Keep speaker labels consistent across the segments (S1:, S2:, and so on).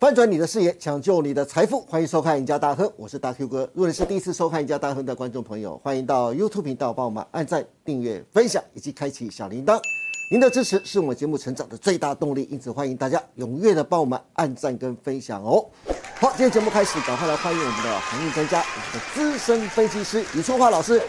S1: 翻转你的视野，抢救你的财富，欢迎收看《赢家大亨》，我是大 Q 哥。如果你是第一次收看《赢家大亨》的观众朋友，欢迎到 YouTube 频道帮我们按赞、订阅、分享以及开启小铃铛。您的支持是我们节目成长的最大动力，因此欢迎大家踊跃的帮我们按赞跟分享哦。好，今天节目开始，赶快来欢迎我们的航运专家、我们的资深分析师余春华老师。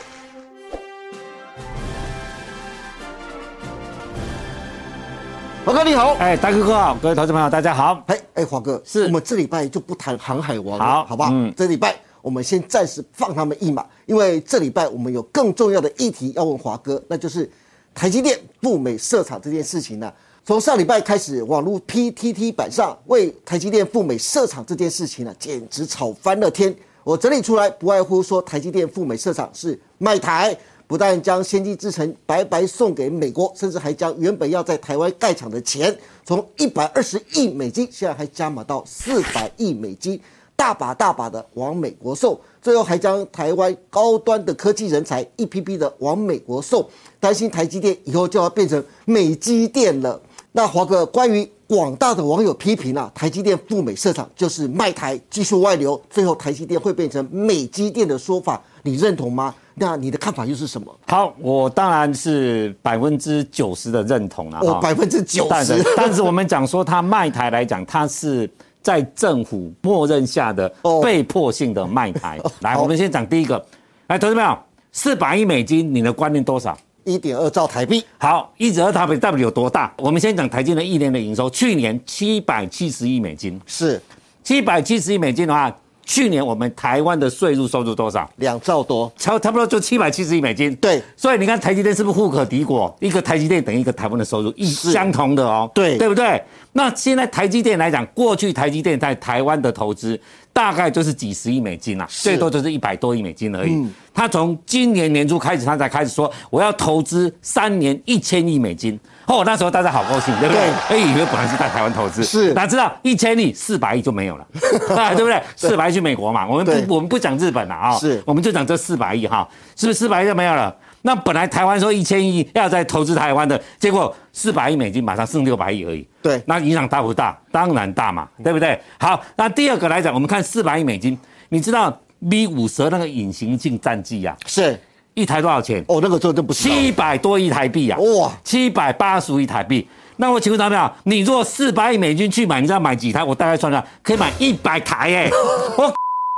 S1: 华哥你好，
S2: 哎，大哥哥好，各位投资朋友大家好。
S1: 哎哎，华哥，
S2: 是
S1: 我们这礼拜就不谈航海王了，
S2: 好
S1: 好不好？
S2: 嗯
S1: 这礼拜我们先暂时放他们一马，因为这礼拜我们有更重要的议题要问华哥，那就是台积电赴美设厂这件事情呢、从上礼拜开始，网络 PTT 版上为台积电赴美设厂这件事情呢、简直吵翻了天。我整理出来，不外乎说台积电赴美设厂是卖台，不但将先进制程白白送给美国，甚至还将原本要在台湾盖厂的钱从一百二十亿美金，现在还加码到四百亿美金，大把大把的往美国送。最后还将台湾高端的科技人才一批批的往美国送，担心台积电以后就要变成美积电了。那华哥，关于广大的网友批评啊，台积电赴美设厂就是卖台、技术外流，最后台积电会变成美积电的说法，你认同吗？那你的看法又是什么？
S2: 好，我当然是百分之九十的认同了
S1: 我哦百分之九
S2: 但
S1: 十
S2: 是，但是我们讲说它卖台来讲，它是在政府默认下的
S1: 哦
S2: 被迫性的卖台。来，
S1: 好
S2: 我们先讲第一个，来，投资朋友，四百亿美金，你的观念多少？
S1: 一点二兆台币，
S2: 好，一折它到底有多大？我们先讲台积电一年的营收，去年七百七十亿美金，
S1: 是
S2: 七百七十亿美金的话，去年我们台湾的税入收入多少？
S1: 两兆多，
S2: 差差不多就七百七十亿美金。
S1: 对
S2: 所以你看台积电是不是互可敌国？一个台积电等于一个台湾的收入，一
S1: 是
S2: 相同的哦，
S1: 对
S2: 对不对？那现在台积电来讲，过去台积电在台湾的投资大概就是几十亿美金啦、
S1: 是嗯
S2: 最多就是一百多亿美金而已。他从今年年初开始，他才开始说我要投资三年一千亿美金。哦，那时候大家好高兴，对不对？哎，以为本来是在台湾投资，
S1: 是
S2: 哪知道一千亿四百亿就没有 了，啊对不对？四百亿去美国嘛，我们
S1: 对
S2: 不我们不讲日本了啊、
S1: 是
S2: 我们就讲这四百亿哈，是不是四百亿就没有了？那本来台湾说一千亿要再投资台湾的，结果四百亿美金马上剩六百亿而已。
S1: 对
S2: 那影响大不大？当然大嘛，对不对？好，那第二个来讲，我们看四百亿美金，你知道 B 五蛇那个隐形镜战机呀、
S1: 是
S2: 一台多少钱？
S1: 哦，那个时候真不知道
S2: 七百多亿台币啊呀、
S1: 哇
S2: 哇，七百八十亿台币。那我请问大家，你如果四百亿美金去买，你知道买几台？我大概算算，可以买一百台耶、我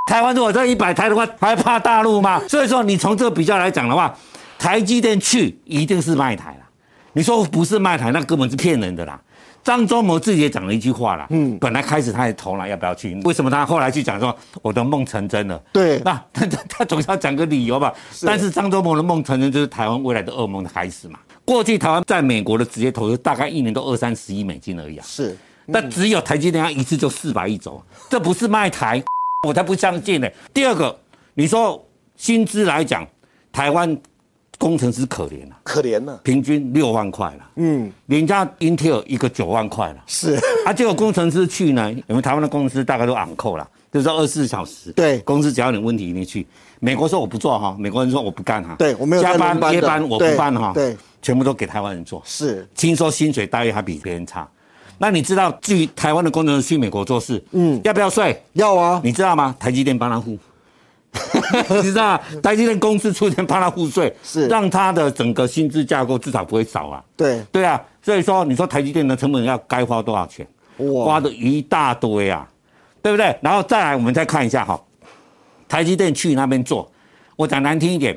S2: 台湾如果这一百台的话，还怕大陆吗？所以说，你从这个比较来讲的话，台积电去一定是卖台啦。你说不是卖台，那根本是骗人的啦。张忠谋自己也讲了一句话啦，嗯，本来开始他也投了要不要去，为什么他后来去讲说我的梦成真了？
S1: 对
S2: 那 他他他总要讲个理由吧。但是张忠谋的梦成真就是台湾未来的噩梦的开始嘛。过去台湾在美国的直接投资大概一年都二三十亿美金而已啊，
S1: 是
S2: 那只有台积电它一次就四百亿走，啊这不是卖台， 我才不相信呢。第二个，你说薪资来讲，台湾工程师可怜啊，
S1: 可怜呐，
S2: 平均六万块了，嗯，人家 Intel 一个九万块了。
S1: 是
S2: 啊，结果工程师去呢，我们台湾的公司大概都昂扣啦，就是二十四小时。
S1: 对
S2: 公司只要有问题一定去。美国说我不做哈，美国人说我不干哈，
S1: 对我没有在
S2: 加
S1: 轮班
S2: 班
S1: 的
S2: 夜班我
S1: 对
S2: 不办哈，
S1: 对，
S2: 全部都给台湾人做，
S1: 是
S2: 听说薪水待遇还比别人差。那你知道据台湾的工程师去美国做事，嗯，要不要税？
S1: 要啊，
S2: 你知道吗？台积电帮他付， 你知道吗台积电公司出钱帮他付税，
S1: 是
S2: 让他的整个薪资架构至少不会少啊。
S1: 对
S2: 对啊，所以说你说台积电的成本要该花多少钱？
S1: 哇
S2: 花的一大堆啊，对不对？然后再来，我们再看一下哈，台积电去那边做，我讲难听一点，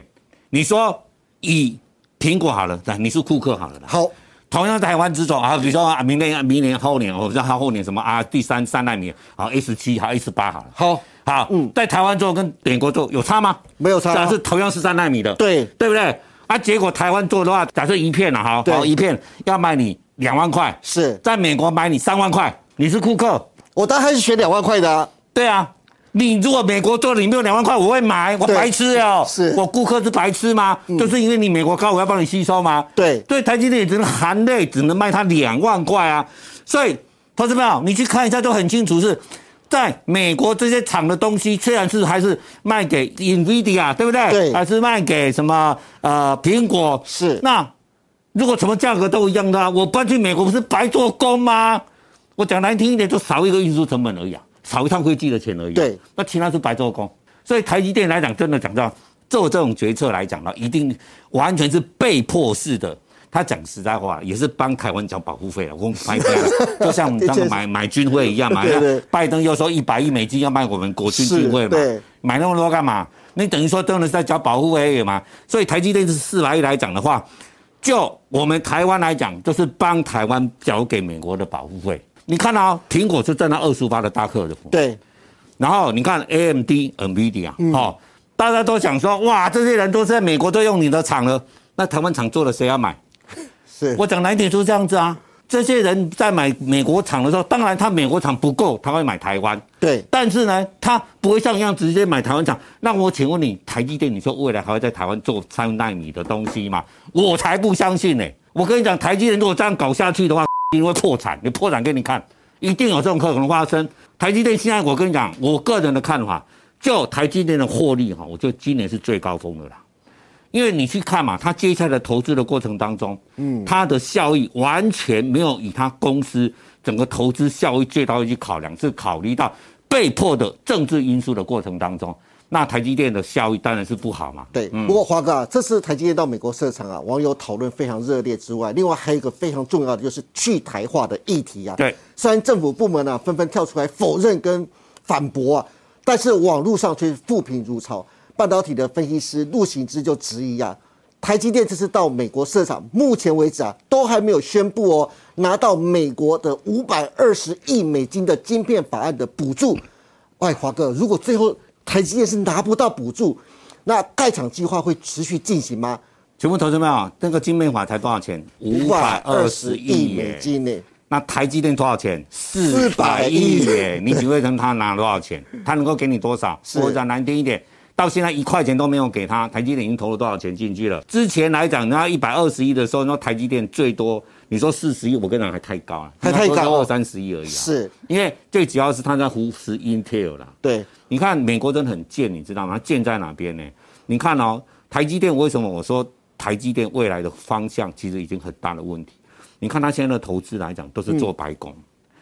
S2: 你说以苹果好了，那你是库克好了啦，
S1: 好
S2: 同样台湾之种啊，比如说啊，明年、明年、后年，我不知道它后年什么啊，第三三纳米，好 S 七，好 S 八好了。
S1: 好
S2: 好，嗯，在台湾做跟美国做有差吗？
S1: 没有差啊
S2: 假设同样是三纳米的，
S1: 对
S2: 对不对？啊，结果台湾做的话，假设一片了、啊哈，
S1: 对
S2: 好一片要卖你两万块，
S1: 是
S2: 在美国买你三万块，你是库克，
S1: 我当然还是选两万块的啊，
S2: 对啊。你如果美国做的你没有两万块，我会买，我
S1: 对
S2: 白痴哦、
S1: 是嗯
S2: 我顾客是白痴吗？就是因为你美国高，我要帮你吸收吗？
S1: 对
S2: 对，台积电也只能含泪，只能卖他两万块啊。所以，投资朋友，啊你去看一下就很清楚是。在美国这些厂的东西，虽然是还是卖给 Nvidia，对不对？
S1: 对
S2: 还是卖给什么呃苹果？
S1: 是
S2: 那如果什么价格都一样的、啊，我搬去美国不是白做工吗？我讲难听一点，就少一个运输成本而已啊，少一趟飞机的钱而已、啊。
S1: 对，
S2: 那其他是白做工。所以台积电来讲，真的讲到做这种决策来讲呢，一定完全是被迫式的。他讲实在话，也是帮台湾缴保护费了。我们买 票了，就像我们当时买买军会一样嘛。
S1: 对对
S2: 拜登又说一百亿美金要卖我们国军
S1: 是
S2: 军会嘛
S1: 对，
S2: 买那么多干嘛？你等于说真的是在缴保护费而已嘛。所以台积电是四百亿来讲的话，就我们台湾来讲，就是帮台湾缴给美国的保护费。你看啊、苹果是占到二十八的大客户，
S1: 对，
S2: 然后你看 AMD、NVIDIA，哦，大家都想说，哇，这些人都是在美国都用你的厂了，那台湾厂做了谁要买？
S1: 是
S2: 我讲难听就是这样子啊。这些人在买美国厂的时候，当然他美国厂不够，他会买台湾。
S1: 对
S2: 但是呢，他不会像样直接买台湾厂。那我请问你，台积电，你说未来还会在台湾做三纳米的东西吗？我才不相信呢、我跟你讲，台积电如果这样搞下去的话，一定会破产。你破产给你看，一定有这种可能发生。台积电现在，我跟你讲，我个人的看法，就台积电的获利哈，我觉得今年是最高峰的啦。因为你去看嘛，它接下来投资的过程当中，嗯，它的效益完全没有以它公司整个投资效益最大去考量，是考虑到被迫的政治因素的过程当中，那台积电的效益当然是不好嘛。
S1: 对。不过华哥啊，这次台积电到美国设厂啊，网友讨论非常热烈之外，另外还有一个非常重要的就是去台化的议题啊。
S2: 对，
S1: 虽然政府部门啊纷纷跳出来否认跟反驳啊，但是网络上却负评如潮。半导体的分析师陆行之就质疑啊，台积电这次到美国设厂，目前为止啊都还没有宣布哦拿到美国的五百二十亿美金的晶片法案的补助。哎，华哥，如果最后台积电是拿不到补助，那盖厂计划会持续进行吗？
S2: 请问同学们啊，那个晶片法才多少钱？五百二十亿
S1: 美
S2: 耶。
S1: 金呢、
S2: 那台积电多少钱？四百亿耶！你几位成他拿多少钱？ 他能够给你多少？
S1: 是
S2: 我讲难听一点，到现在一块钱都没有给他。台积电已经投了多少钱进去了？之前来讲，那一百二十亿的时候，那台积电最多，你说四十亿，我跟你讲还太高了、啊，
S1: 还太高
S2: 二三十亿而已、啊。，
S1: 是，
S2: 因为最主要是他在扶持 Intel 啦。
S1: 对，
S2: 你看美国真的很贱，你知道吗？它贱在哪边呢？你看哦，台积电为什么我说台积电未来的方向其实已经很大的问题？你看它现在的投资来讲，都是做白宫。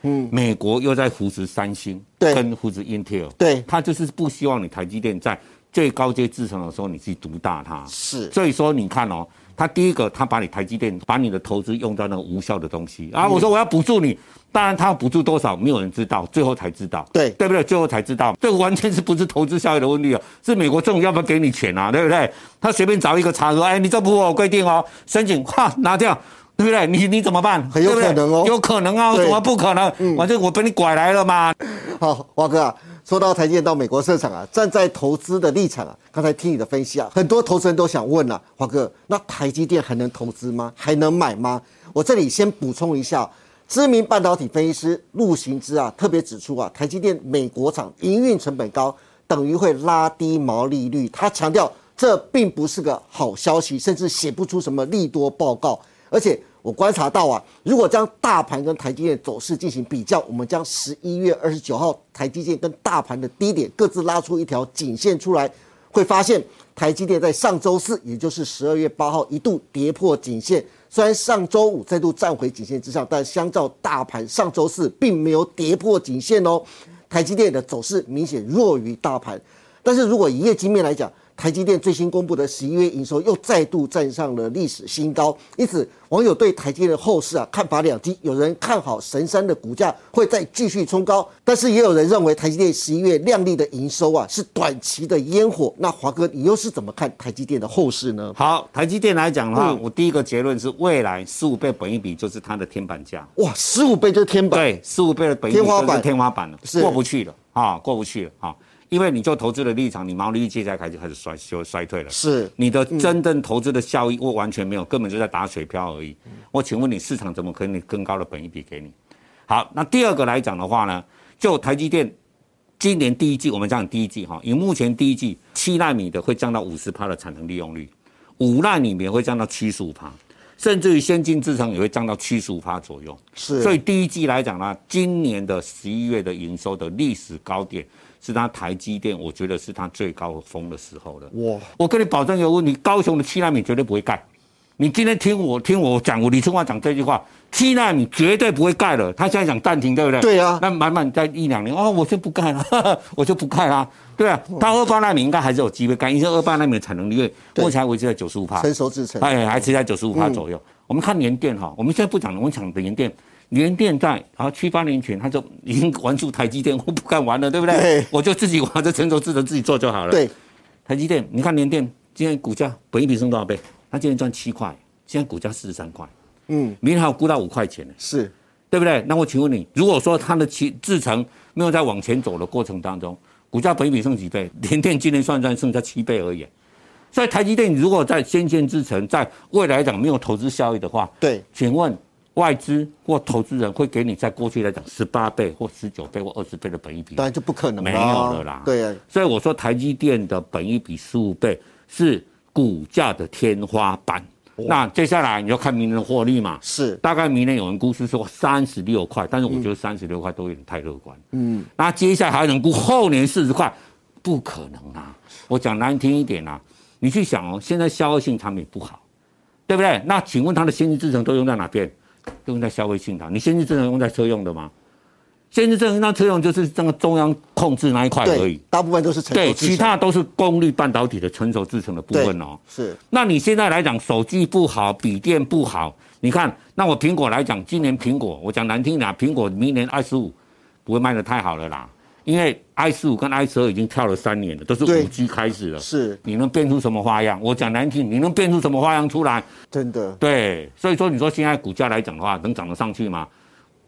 S2: 嗯，美国又在扶持三星，
S1: 对
S2: 跟扶持 Intel，
S1: 对
S2: 它就是不希望你台积电在最高阶制程的时候你去独大它。
S1: 是，
S2: 所以说你看哦，他第一个他把你台积电把你的投资用到那个无效的东西
S1: 嗯
S2: 啊，我说我要补助你，当然他要补助多少没有人知道，最后才知道，
S1: 对
S2: 对不对？最后才知道，这个完全是不是投资效益的问题啊，是美国政府要不要给你钱啊，对不对？他随便找一个查说，哎，你这不符合我规定哦，申请哈拿掉。对不对？你你怎么办？
S1: 很有
S2: 对不对
S1: 可能哦
S2: 有可能啊，
S1: 对嗯
S2: 怎么不可能？反正我被你拐来了嘛，
S1: 好，华哥啊，说到台积电到美国市场啊，站在投资的立场啊，刚才听你的分析啊，很多投资人都想问了、啊，华哥，那台积电还能投资吗？还能买吗？我这里先补充一下，知名半导体分析师陆行之啊，特别指出啊，台积电美国厂营运成本高，等于会拉低毛利率。他强调，这并不是个好消息，甚至写不出什么利多报告。而且我观察到啊，如果将大盘跟台积电走势进行比较，我们将十一月二十九号台积电跟大盘的低点各自拉出一条颈线出来，会发现台积电在上周四，也就是十二月八号一度跌破颈线。虽然上周五再度站回颈线之上，但相较大盘上周四并没有跌破颈线哦。台积电的走势明显弱于大盘。但是如果以业绩面来讲，台积电最新公布的十一月营收又再度站上了历史新高，因此网友对台积电的后市啊看法两极，有人看好神山的股价会再继续冲高，但是也有人认为台积电十一月亮丽的营收啊是短期的烟火。那华哥，你又是怎么看台积电的后市呢？
S2: 好，台积电来讲的话，
S1: 嗯
S2: 我第一个结论是未来十五倍本一比就是它的天板价。
S1: 哇，十五倍就是天板，
S2: 对，十五倍的本益
S1: 天花
S2: 就是
S1: 板
S2: 天花板了，
S1: 是
S2: 过不去了啊，过不去了啊，因为你就投资的立场，你毛利率接下来开始开始衰就衰退了，
S1: 是
S2: 你的真正投资的效益我完全没有，根本就在打水漂而已。我请问你，市场怎么可能更高的本益比给你？好，那第二个来讲的话呢，就台积电今年第一季，我们讲第一季哈，以目前第一季七纳米的会降到五十帕的产能利用率，五纳米也会降到七十五帕，甚至于先进制程也会降到七十五帕左右。
S1: 是，
S2: 所以第一季来讲呢，今年的十一月的营收的历史高点是它台积电，我觉得是它最高峰的时候了。
S1: 哇，
S2: 我跟你保证有问题，高雄的七纳米绝对不会盖。你今天听我听我讲，我李春华讲这句话，七纳米绝对不会盖了。他现在讲暂停，对不对？
S1: 对啊
S2: 那满满在一两年，哦，我就不盖了， 我就不盖啦。对啊，他二八纳米应该还是有机会盖，因为二八纳米的产能利润
S1: 对
S2: 目前还维持在九十五帕，
S1: 成熟制成，
S2: 哎，还是在九十五帕
S1: 嗯
S2: 左右。我们看联电哈，我们现在不讲了，我们讲的联电，联电在然后七八年前他就已经玩出台积电，我不敢玩了，对不对？
S1: 对
S2: 我就自己玩，这成熟制程自己做就好了。，
S1: 对，
S2: 台积电，你看联电今天股价本一比升多少倍？它今天赚七块，现在股价四十三块，
S1: 嗯，
S2: 明天还有估到五块钱呢，
S1: 是
S2: 对不对？那我请问你，如果说它的其制程没有在往前走的过程当中，股价本一比剩几倍？ 联电今年算算剩下七倍而已。所以台积电如果在先进制程在未来讲没有投资效益的话，
S1: 对，
S2: 请问外资或投资人会给你在过去来讲十八倍或十九倍或二十倍的本一比吗？
S1: 当然就不可能
S2: 没有了啦。
S1: 对啊，
S2: 所以我说台积电的本益比十五倍是股价的天花板。那接下来你就看明年的获利嘛。
S1: 是
S2: 大概明年有人估是说三十六块，但是我觉得三十六块都有点太乐观。嗯，那接下来还能估后年四十块，不可能啊！我讲难听一点啊，你去想哦，现在消费性产品不好，对不对？那请问它的先进制程都用在哪边？用在消费性上，你先进制程用在车用的吗？先进制程那车用就是那个中央控制那一块而
S1: 对
S2: 已，，
S1: 大部分都是成熟
S2: 对，
S1: 制成
S2: 其他都是功率半导体的成熟制程的部
S1: 对
S2: 分哦。
S1: 是
S2: 那你现在来讲，手机不好，笔电不好，你看，那我苹果来讲，今年苹果，我讲难听点啊，苹果明年 i 十五不会卖的太好了啦，因为 i 十五跟 i 十二已经跳了三年了，都是
S1: 对
S2: 五 G 开始了，
S1: 是
S2: 你能变出什么花样？我讲难听，你能变出什么花样出来？
S1: 真的，
S2: 对，所以说你说现在股价来讲的话，能涨得上去吗？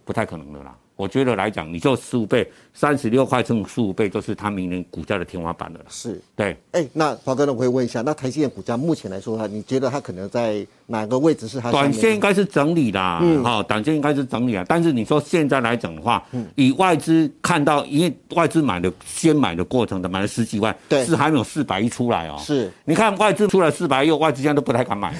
S2: 不太可能的啦。我觉得来讲，你就十五倍，三十六块乘十五倍，就是它明年股价的天花板了啦。
S1: 是。
S2: 对，
S1: 哎，那华哥呢？我会问一下，那台积电股价目前来说哈，你觉得它可能在哪个位置是它下
S2: 短
S1: 面
S2: 线应该是整理啦，
S1: 嗯
S2: 好、短线应该是整理啊。但是你说现在来讲的话，
S1: 嗯
S2: 以外资看到，因为外资买的先买的过程的，买了十几万，
S1: 对
S2: 是还没有四百亿出来哦。
S1: 是
S2: 你看外资出来四百亿，外资现在都不太敢买。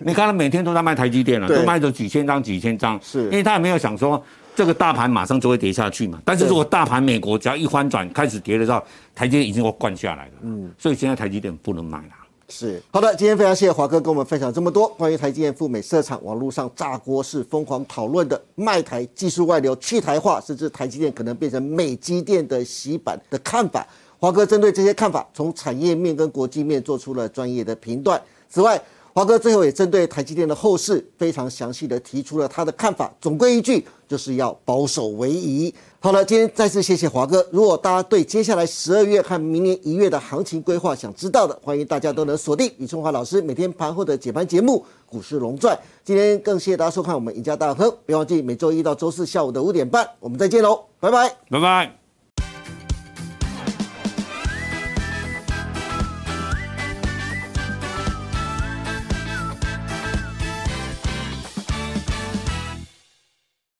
S2: 你看他每天都在卖台积电了，
S1: 对
S2: 都卖着几千张、几千张，
S1: 是
S2: 因为他也没有想说这个大盘马上就会跌下去嘛。但是
S1: 对
S2: 如果大盘美国只要一翻转开始跌的时候，台积电已经给我灌下来了，嗯，所以现在台积电不能买了。
S1: 是好的，今天非常谢谢华哥跟我们分享这么多关于台积电赴美设厂网络上炸锅式疯狂讨论的卖台技术外流、去台化，甚至台积电可能变成美积电的洗版的看法。华哥针对这些看法，从产业面跟国际面做出了专业的评断。此外，华哥最后也针对台积电的后市非常详细的提出了他的看法，总归一句就是要保守为宜。好了，今天再次谢谢华哥。如果大家对接下来十二月和明年一月的行情规划想知道的，欢迎大家都能锁定李春华老师每天盘后的解盘节目《股市龙传》。今天更谢谢大家收看我们赢家大亨，别忘记每周一到周四下午的五点半，我们再见喽，拜拜。
S2: 拜拜。